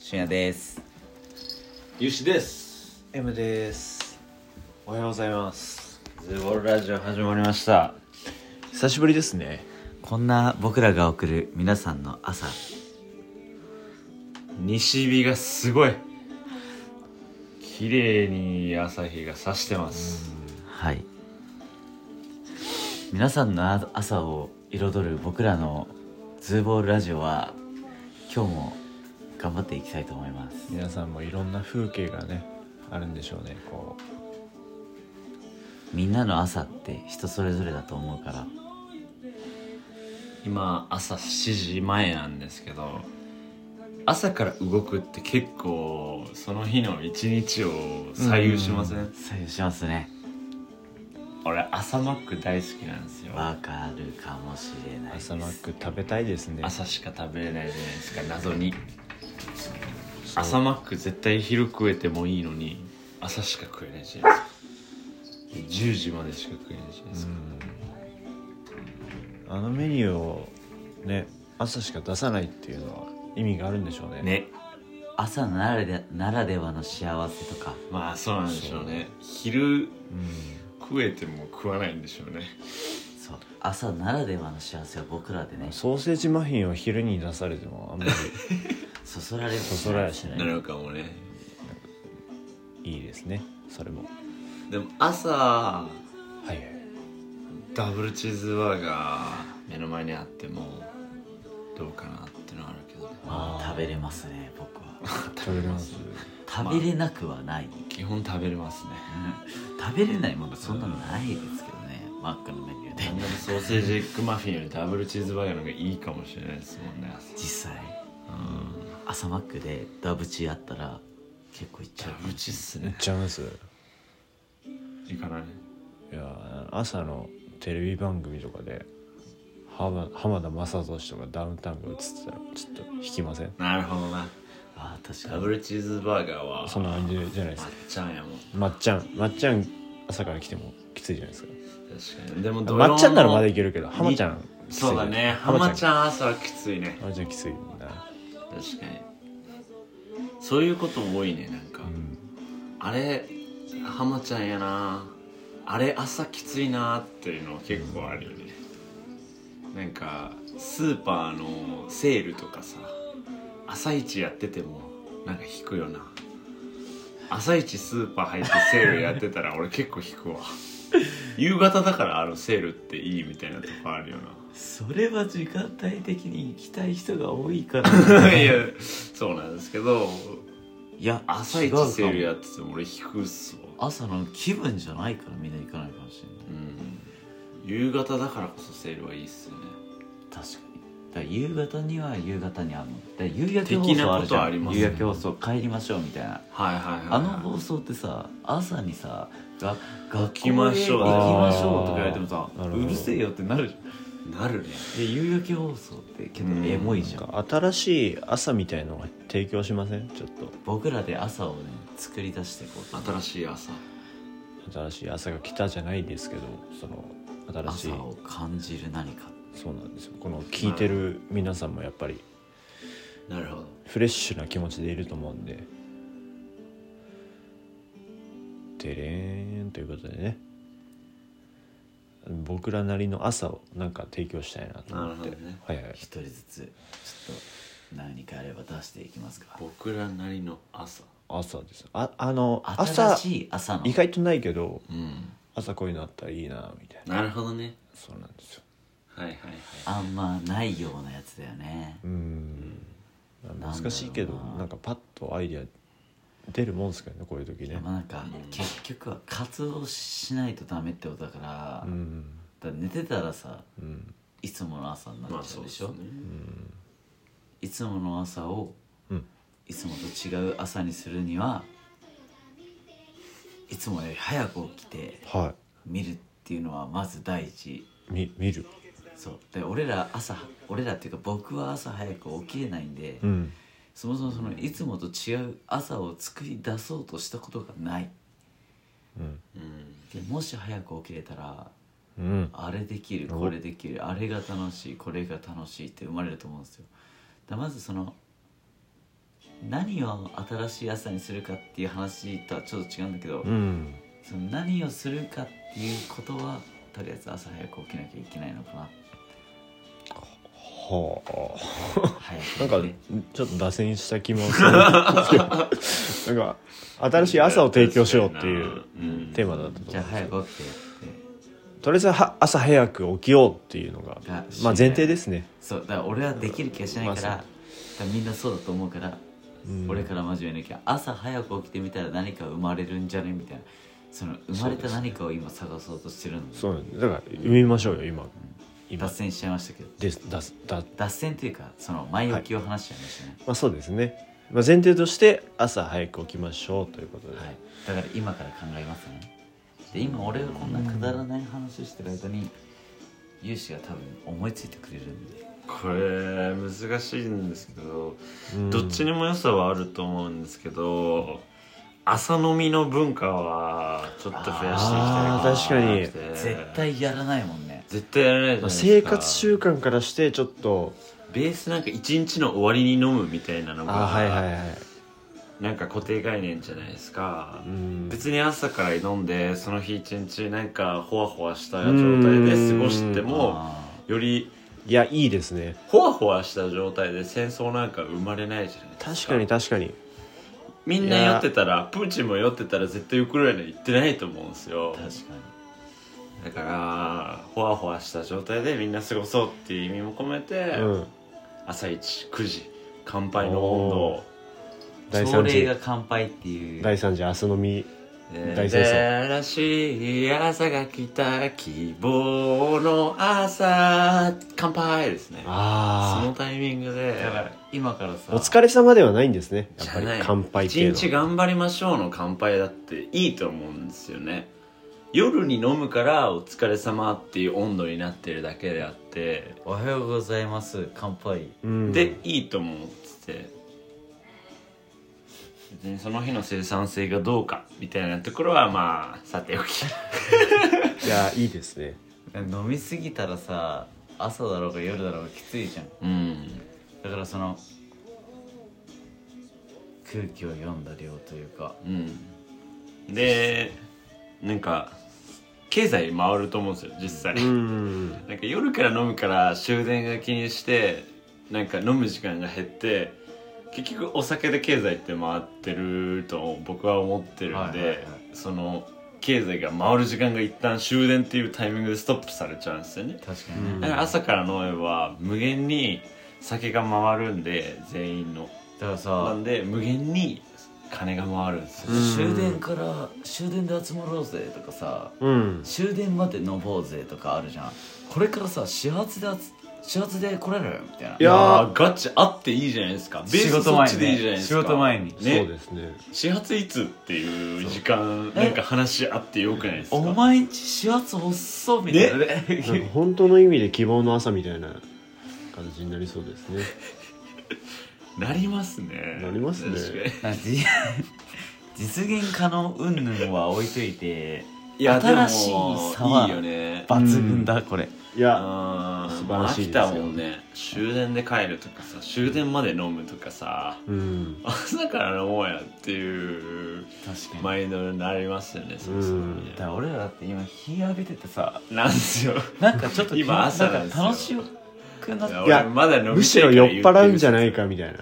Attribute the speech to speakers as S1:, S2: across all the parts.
S1: 俊也です
S2: ゆうしです
S3: M ですおはようございます
S2: ズボルラジオ始まりました
S3: 久しぶりですね
S1: こんな僕らが送る皆さんの朝
S2: 西日がすごい綺麗に朝日が差してます
S1: はい皆さんのあ朝を彩る僕らのズーボールラジオは今日も頑張っていきたいと思います
S3: 皆さんもいろんな風景がねあるんでしょうねこ
S1: みんなの朝って人それぞれだと思うから
S2: 今朝7時前なんですけど朝から動くって結構その日の一日を左右しません
S1: 左右しますね
S2: 俺朝マック大好きなんですよ
S1: わかるかもしれないうです
S3: 朝マック食べたいですね
S2: 朝しか食べれないじゃないですか謎に朝マック絶対昼食えてもいいのに朝しか食えないじゃないですか10時までしか食えないじゃないですか、
S3: あのメニューをね朝しか出さないっていうのは意味があるんでしょうね
S2: ね
S1: 朝ならでならではの幸せとか
S2: まあそうなんでしょうね昼食えても食わないんでしょうね
S1: そう朝ならではの幸せは僕らでね
S3: ソーセージマフィンを昼に出されてもあんま
S1: そそられる
S3: そそられしない
S2: なるかもね
S3: りいいですねそれも
S2: でも朝
S3: はいはい
S2: ダブルチーズバーガー目の前にあってもどうかなってのはあるけどね
S1: まあ食べれますね僕は
S3: 食べます
S1: 食べれなくはない、
S2: 基本食べれますね
S1: 食べれないものそんなのないですけどね、マックのメニューで
S2: あんなにソーセージエッグマフィンよりダブルチーズバーガーの方がいいかもしれないですもんね朝
S1: 実際朝マックでダブチあったら結構いっちゃ
S2: ダ
S1: う
S2: ブチっす
S3: 行
S2: ね
S3: っちゃいます
S2: 行かない
S3: いや朝のテレビ番組とかで浜浜田雅俊とかダウンタウンが映ってたらちょっと引きません
S2: なるほどな
S1: ああ確か
S2: ダ
S1: に
S2: ブルチーズバーガーは
S3: そんな感じじゃないで
S2: ま
S3: す
S2: っ
S3: か
S2: ちゃんやもん
S3: まっちゃんまっちゃん朝から来てもきついじゃないですか
S2: 確かにでも
S3: まっちゃんならまだい
S2: け
S3: けるけど浜ちゃんきつい
S2: そうだね浜ち
S3: ん
S2: ゃん朝はきついね
S3: 浜ちゃんきついな
S2: 確かにそういうこと多いねなんか、あれ浜ちゃんやなあれ朝きついなっていうのは結構あるよね、なんかスーパーのセールとかさ朝一やっててもなんか引くよな朝一スーパー入ってセールやってた ら俺結構引くわ夕方だからあのセールっていいみたいなとこあるよな
S1: それは時間帯的に行きたい人が多いから
S2: いやそうなんですけど
S1: いや
S2: 朝一
S1: 違うかも
S2: セールやってても俺引くっすわ
S1: 朝の気分じゃないからみんな行かないかもしれない
S2: うん夕方だからこそセールはいいっすよね
S1: 確かにだから夕方には夕方にあるのだから夕焼け放
S2: 的な
S1: 送ある
S2: こ
S1: じ
S2: と
S1: ゃ
S2: あり
S1: ん、
S2: ますね
S1: 夕焼け放送帰りましょうみたいな
S2: はいはいはい、はい、
S1: あの放送ってさ朝にさ「が学校へ
S2: 行きましょう
S1: 行きましょう」とか言われてもさ
S3: あーなるほ
S1: う
S3: ど
S1: るせえよってなるじゃん
S2: なるね
S1: で夕焼け放送って結構エモいじゃん
S3: なんか新しい朝みたいのを提供しませんちょっと
S1: 僕らで朝をね作り出していこうと
S2: 新しい朝
S3: 新しい朝が来たじゃないですけどその新しい
S1: 朝を感じる何か
S3: そうなんですよこの聞いてる皆さんもやっぱり
S2: なるほど
S3: フレッシュな気持ちでいると思うんでてれーんということでね僕らなりの朝をなんか提供したいなと思っ
S2: なる
S3: て、
S2: ほどね
S3: はいはい
S1: 一人ずつちょっと何かあれば出していきますか
S2: 僕らなりの朝
S3: 朝ですああの
S1: 新
S3: 朝
S1: しい朝の
S3: 意外とないけど
S2: うん
S3: 朝こういうのあったらいいなみたいな
S2: なるほどね
S3: そうなんですよ
S2: はいはいはい
S1: あんまないようなやつだよね
S3: うん
S1: なんだろうな
S3: 難しいけどなんかパッとアイディア出るもんですけどねこういう時ね
S1: まあなんか結局は活動しないとダメってことだから,、
S3: う
S1: だか
S3: ん
S1: ら寝てたらさ
S3: うん
S1: いつもの朝にな
S2: まあ
S1: っちゃ
S2: そうう
S1: でし
S2: でし
S1: ょ、
S2: ょ、ね、
S1: いつもの朝を
S3: うん
S1: いつもと違う朝にするにはいつもより早く起きて
S3: は
S1: 見るっていうのはまず第一
S3: いみ見る
S1: そうで俺ら朝俺らっていうか僕は朝早く起きれないんで、
S3: うん
S1: そもそもそのいつもと違う朝を作り出そうとしたことがない
S3: うん
S2: うん
S1: でもし早く起きれたら
S3: うん
S1: あれできる
S3: お
S1: これできるあれが楽しいこれが楽しいって生まれると思うんですよだからまずその何を新しい朝にするかっていう話とはちょっと違うんだけど、
S3: うん
S1: その何をするかっていうことはとりあえず朝早く起きなきゃいけないのかな
S3: はあ
S1: 早く
S3: なんか
S1: ね
S3: ちょっと脱線した気もするなん か新しい朝を提供しようっていうテーマだったと思う
S1: じゃあ早く起きてって
S3: とりあえずは朝早く起きようっていうのが
S1: が
S3: まあ前提ですね
S1: そうだから俺はできる気がしないから,、
S3: まあ
S1: みんなそうだと思うから、
S3: うん
S1: 俺から真面目なきゃ朝早く起きてみたら何か生まれるんじゃねみたいなその生まれた何かを今探そうとしてるの、
S3: そうなんですだから読みましょうよ今今
S1: 脱線しちゃいましたけど
S3: ですだすだ
S1: 脱線というかその前置きを話しちゃいましたね、
S3: まあそうですね、まあ、前提として朝早く起きましょうということで、
S1: はい、だから今から考えますねで今俺がこんなくだらない話をしてる間に有志が多分思いついてくれるんで
S2: これ難しいんですけど、
S3: うん
S2: どっちにも良さはあると思うんですけど朝飲みの文化はちょっと増やしていきたいなって
S1: 絶対やらないもんね
S2: 絶対やらないじゃない
S3: まあ
S2: ですか
S3: 生活習慣からしてちょっと
S2: ベースなんか一日の終わりに飲むみたいなの
S3: あ
S2: が
S3: はいはいはい、
S2: なんか固定概念じゃないですか、
S3: うん、
S2: 別に朝から飲んでその日一日なんかほわほわした状態で過ごしても
S1: あ
S2: より
S3: いやいいですね
S2: ほわほわした状態で戦争なんか生まれないじゃないですか
S3: 確かに確かに
S2: みんな酔ってたらプーチンも酔ってたら絶対ウクライナ行ってないと思うんです
S1: ー
S2: よ
S1: 確かに
S2: だからほわほわした状態でみんな過ごそうっていう意味も込めて、
S3: うん
S2: 朝一9時乾杯の温度を
S3: 第
S1: 朝
S3: 3
S1: 礼
S3: 次
S1: が乾杯っていう
S3: 第3次明日のみ大戦争
S2: 新しい朝が来た希望の朝乾杯ですねその
S3: あ
S2: タイミングで
S1: だから今からさ
S3: あお疲れ様ではないんですねや
S2: じ
S3: っ
S2: ゃ
S3: ぱり
S2: ない
S3: 乾杯っていう
S2: 一日
S3: の
S2: 頑張りましょうの乾杯だっていいと思うんですよね夜に飲むからお疲れ様っていう温度になってるだけであって
S1: おはようございます乾杯
S3: うん
S2: でいいと思ってて別にその日の生産性がどうかみたいなところはまあさてお き
S3: いやいいですね
S1: 飲みすぎたらさ朝だろうが夜だろうがきついじゃん
S2: うん
S1: だからその空気を読んだ量というか
S2: うんでなんか経済回ると思うんですよ実際、
S3: うん
S2: なんか夜から飲むから終電が気にしてなんか飲む時間が減って結局お酒で経済って回ってると僕は思ってるんで、
S1: はいはいはい
S2: その経済が回る時間が一旦終電っていうタイミングでストップされちゃうんですよね
S1: 確かにね、
S3: うん
S2: だから朝から飲めば無限に酒が回るんで全員の
S1: だから
S2: な
S1: さ
S2: んで無限に金が回るんですよ、
S3: うん
S1: 終電から終電で集まろうぜとかさ
S3: うん
S1: 終電まで飲もうぜとかあるじゃんこれからさ始発であつ始発で来れるみたいない
S3: や
S2: ー
S3: ー
S2: ガチあっていいじゃないですかベー
S1: 仕
S2: ス
S1: 事
S2: そっ
S1: 前
S2: ち
S1: に
S2: で
S1: ね
S2: いいじゃないですか
S1: 仕事前に
S2: ね
S3: そうですね
S2: 始発いつっていう時間
S1: そう
S2: なんか話し合ってよくないですか
S1: お前んち始発遅っみたいなね
S3: なんか本当の意味で希望の朝みたいな感じになりそうですね
S2: なりますね
S3: なりますね
S2: 確かに
S1: なんかじ実現可能云々は置いといて
S2: いやで
S1: 新
S2: も
S1: しい差はい
S2: いよね
S1: 抜群だ、これ
S3: いや
S2: あ
S3: 素
S2: 素
S3: 晴
S2: 晴
S3: ら
S2: ら
S3: し
S2: し
S3: い
S2: い
S3: で
S2: ですすよ飽き
S3: よ
S2: たもんね終電で帰るとかさ終電まで飲むとかさ
S3: うん
S2: 朝から飲もうやっていう
S1: 確かに、
S2: マインドになりますよねそうそう
S3: うん
S1: だから俺らだって今日浴びててさ
S2: なんですよ
S1: なんかちょっと
S2: 今朝なんですよ
S1: 楽しくなっ
S2: い
S1: て
S2: や
S3: いや
S2: 俺まだ飲みたいから言ってる
S3: むしろ酔っ払うんじゃないかみたいな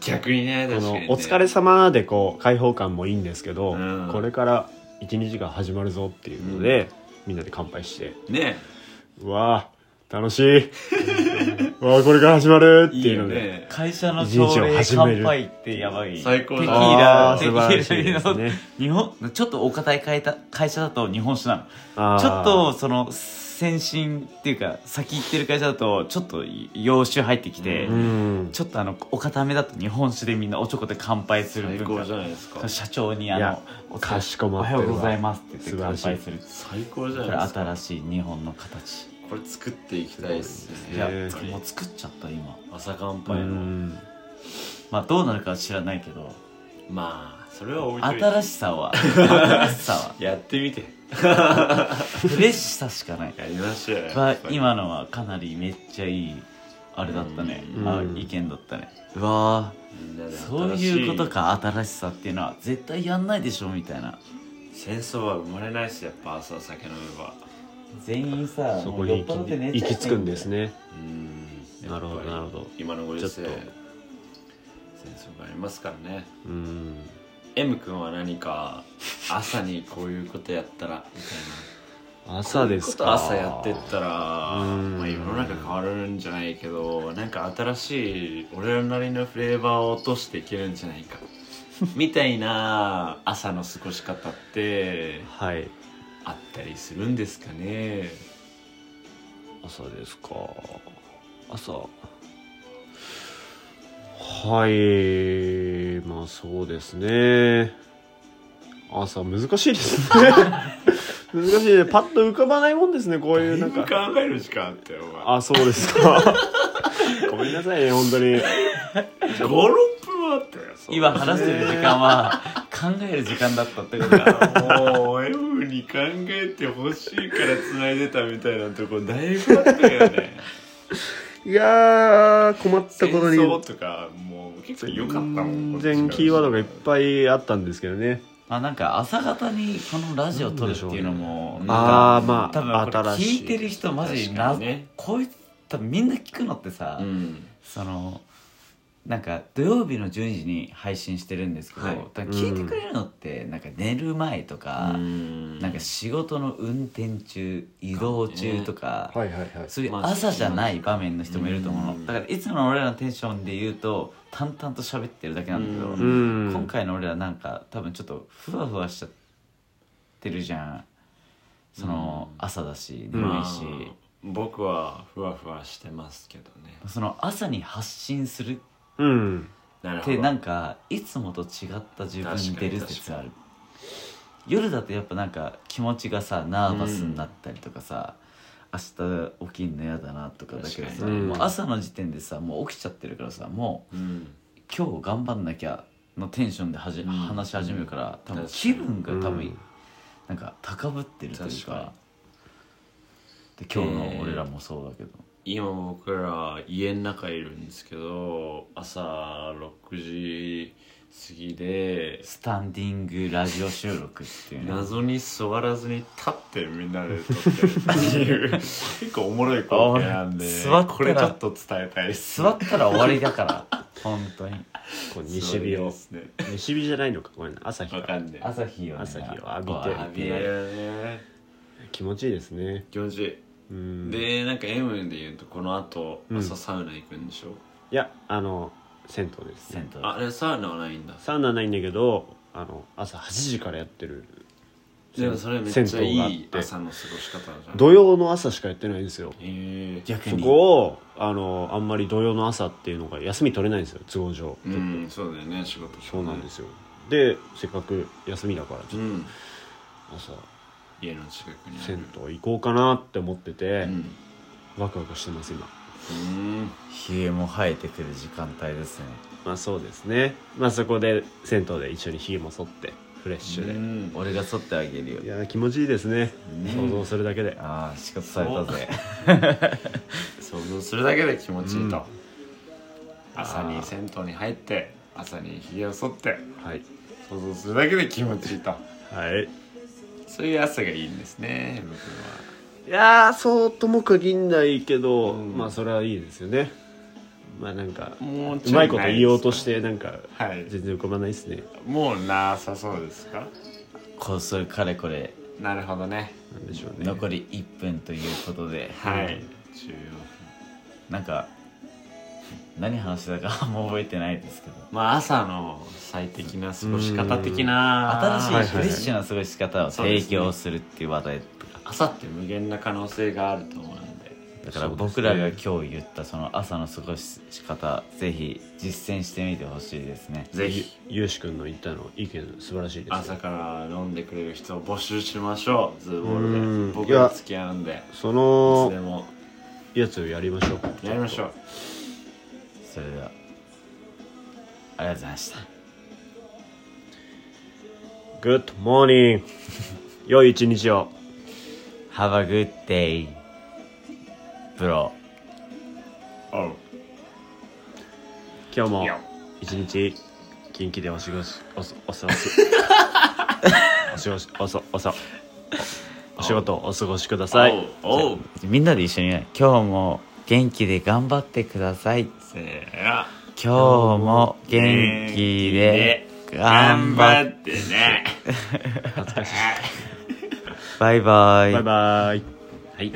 S2: 逆にね
S3: こ
S2: 確か
S3: の
S2: に、ね、
S3: お疲れ様でこう開放感もいいんですけど、
S2: うん
S3: これから一日が始まるぞっていうので、みんなで乾杯して
S2: ね
S3: うわー楽し いうわーこれから始まるって
S2: いい
S3: いう
S2: よ
S3: ので
S2: ね
S1: 会社の朝礼乾杯ってやばい
S2: 最高だ
S1: テキー
S3: あ
S1: ラ
S3: ー
S1: テ
S3: 素晴らしい
S1: キ
S3: で
S1: ー
S3: す
S1: ラの
S3: ね
S1: 日本ちょっとお堅い会会社だと日本酒なの
S3: あー
S1: ちょっとその先進っていうか先行ってる会社だとちょっと洋酒入ってきて、
S3: うん
S1: ちょっとあのお固めだと日本酒でみんなおちょこで乾杯する
S2: 最
S1: 文
S2: 高
S1: 化
S2: じゃないですか
S1: 社長にあ
S3: いや
S1: のお疲れ
S3: かしこま
S1: お
S3: って
S1: は
S3: るわ
S1: ようございますって言って
S3: 素晴ら
S1: 乾
S3: しい
S1: 杯する
S2: 最高じゃ
S1: こ
S2: な
S1: れ
S2: いですか
S1: 新しい日本の形
S2: これ作っていきたいです
S1: い
S2: ね
S1: や
S3: へー
S1: もう作っちゃった今
S2: 朝乾
S3: う
S2: 杯の
S3: ん
S1: まあどうなるかは知らないけど
S2: まあそれは置いといて
S1: 新しさは新しさ は
S2: やってみて
S1: フレッシュさしかない
S2: やりましょうよ
S1: は
S2: やっぱり
S1: 今のはかなりめっちゃいいあれだったね、
S3: うん
S1: あ意見だったねうわー
S2: みんなで
S1: そう
S2: 新し
S1: いうことか新しさっていうのは絶対やんないでしょみたいな
S2: 戦争は生まれないっすやっぱ朝酒飲めば
S1: 全員さ
S3: そこに行き
S1: もう酔っ払って寝
S3: 行
S1: ちゃ
S3: き着くんですね
S2: うん
S3: なるほど
S2: やっぱり
S3: なるほど
S2: 今のご時世
S3: ちょ
S2: 戦
S3: っと
S2: 争がありますからね
S3: うん、
S2: M 君は何か朝にこういうことやったらみたい
S3: 朝
S2: な
S3: です
S2: ちょっと
S3: か
S2: 朝やってったら、
S3: うん
S2: まあ、世の中変わるんじゃないけどなんか新しい俺らなりのフレーバーを落としていけるんじゃ ないかみたいな朝の過ごし方って
S3: はい
S2: あったりするんですかね
S3: 朝ですか朝はいまあそうですね朝難しいですね 難しいねパッと浮かばないもんですねこういうなん
S2: 考
S3: か
S2: える時間あったよお前
S3: あそうですか ごめんなさいね本当に
S2: 56分はあったよ
S1: 今話してる時間は考える時間だったってこと か
S2: もう M に考えてほしいから繋いでたみたいなとこだいぶあったよね
S3: いやー困った
S2: 戦
S3: ことに
S2: 争とかもう結構良かったもん
S3: 全然キーワードがいっ
S2: い
S3: ぱいあったんですけどね
S1: まあなんか朝方にこのラジオ撮るっていうのもなんか
S3: ああーま
S1: 多分これ
S3: あ新し
S1: 聞
S3: い
S1: いてる人マジ
S2: 確か
S1: な、
S2: にね
S1: こいつ多分みんな聞くのってさ、
S2: うん
S1: そのなんか土曜日の12時に配信してるんですけど、
S2: はい
S1: 多分聞いてくれるのってなんか寝る前とか、なんか仕事の運転中移動中とか、
S3: はいはいはい
S1: そういう
S2: まあ
S1: 朝じゃない場面の人もいると思うの、
S2: うん
S1: だからいつもの俺らのテンションで言うと淡々と喋ってるだけなんだけど、
S2: う
S3: うん
S1: 今回の俺らなんか多分ちょっとふわふわしちゃってるじゃんその朝だし眠いし、
S2: まあ僕はふわふわしてますけどね
S1: その朝に発信する
S3: うん
S2: なる
S1: っ
S2: ほ
S1: て
S2: ど
S1: なんかいつもと違った自分に出る説ある夜だとやっぱなんか気持ちがさナーバスになったりとかさ、明日起きんの嫌だなとかだけど
S2: 確
S1: さ
S2: か
S3: に
S1: もう朝の時点でさもう起きちゃってるからさも
S2: うん
S1: う今日頑張んなきゃのテンションではじ、
S2: うん
S1: 話し始めるから多分
S2: 確か
S1: 気
S2: に
S1: 分が多分、
S3: うん
S1: なんか高ぶってるというか
S2: 確か
S1: で今日の俺らもそうだけど、
S2: 今僕ら家の中いるんですけど朝6時過ぎで
S1: スタンディングラジオ収録っていうね
S2: 謎に座らずに立ってみんなで撮ってるっていう 結構おもろい光景なんで
S1: あ座ったら
S2: これちょっと伝えたいです
S1: 座ったら終わりだから本当に
S3: こう西日
S2: そうで
S3: を
S2: すね
S3: 西日じゃないのかこれ朝日
S2: わ
S3: か
S2: かんねえ
S1: 朝日を、ね、
S3: 朝日を
S2: 浴びれるね
S3: 気持ちいいですね
S2: 気持ちいい
S3: うん
S2: でなんか M で言うとこの後
S3: うん
S2: 朝サウナ行くんでしょ、
S3: いやあの銭湯です、ね
S1: 銭、湯
S2: あれサウナはないんだ
S3: サウナないんだけどあの朝8時からやってる
S2: でもそれめっちゃいい
S3: 銭湯があって
S2: 朝の過ごし方じゃん
S3: 土曜の朝しかやってないんですよ
S2: ええ
S1: 逆
S3: そ
S1: に
S3: こをあのあんまり土曜の朝っていうのが休み取れないんですよ都合上
S2: うんそうだよね仕事
S3: そうなんですすよでせっかく休みだからち
S2: う
S3: ょっ
S2: ん
S3: と朝
S2: 家の近くにある
S3: 銭湯行こうかなって思ってて、
S2: うん
S3: ワクワクしてます今
S2: うん
S1: 冷えも生えてくる時間帯ですね
S3: まあそうですねまあそこで銭湯で一緒にひげも剃ってフレッシュで、
S2: うん
S1: 俺が剃ってあげるよ
S3: いやー気持ちいいですね、想像するだけで
S1: ああ仕方されたぜ
S2: 想像するだけで気持ちいいと、
S3: うん
S2: 朝に銭湯に入って朝にひげを剃って
S3: はい
S2: 想像するだけで気持ちいい と
S3: はい
S2: そういう朝がいいんですね僕はい
S3: やーそうとも限んないけど、
S2: うん
S3: まあそれはいいですよねまあなんか
S2: もうちょ
S3: う
S2: い
S3: まいこと言おうとしてなんか
S2: はい
S3: 全然浮かばないですね
S2: もうなさそうですか
S1: こうするかれこれ
S2: なるほどね
S3: なんでしょうね
S1: 残り1分ということで
S2: はい
S1: なんか何話してたか あんま覚えてないですけど
S2: まあ朝の最適な過ごし方的
S1: 新
S2: な
S1: し
S3: はい
S1: い
S3: はい
S1: フ
S3: はい
S1: レッシュな過ごし方を
S2: そうで
S1: 提
S2: すね
S1: 供するっていう話題
S2: 朝って無限な可能性があると思うんで
S1: だから
S3: そうですね
S1: 僕らが今日言ったその朝の過ごし方ぜひ実践してみてほしいですね
S2: ぜひ
S3: ゆうし君の言ったの意見素晴らしいです
S2: 朝
S3: よ
S2: から飲んでくれる人を募集しましょうズーボール
S3: うん
S2: で僕
S3: いや
S2: が付き合うんでい
S3: そ
S2: つで
S3: の
S2: も
S3: やつをやりましょう
S2: やりましょう
S1: それではありがとうございました
S3: Good morning 良い一日を
S1: Have a good day ブロ
S2: おう
S3: 今日も
S2: いや
S3: 一日元気でお過ごしおす おすおすおしごしおそおそお仕事をお過ごしください
S2: おうおう
S1: みんなで一緒にね今日も元気で頑張ってください
S2: せーら
S1: 今日も元気で頑張っ
S2: って ね
S3: 懐かしい
S1: バイバイ
S3: バイバイはい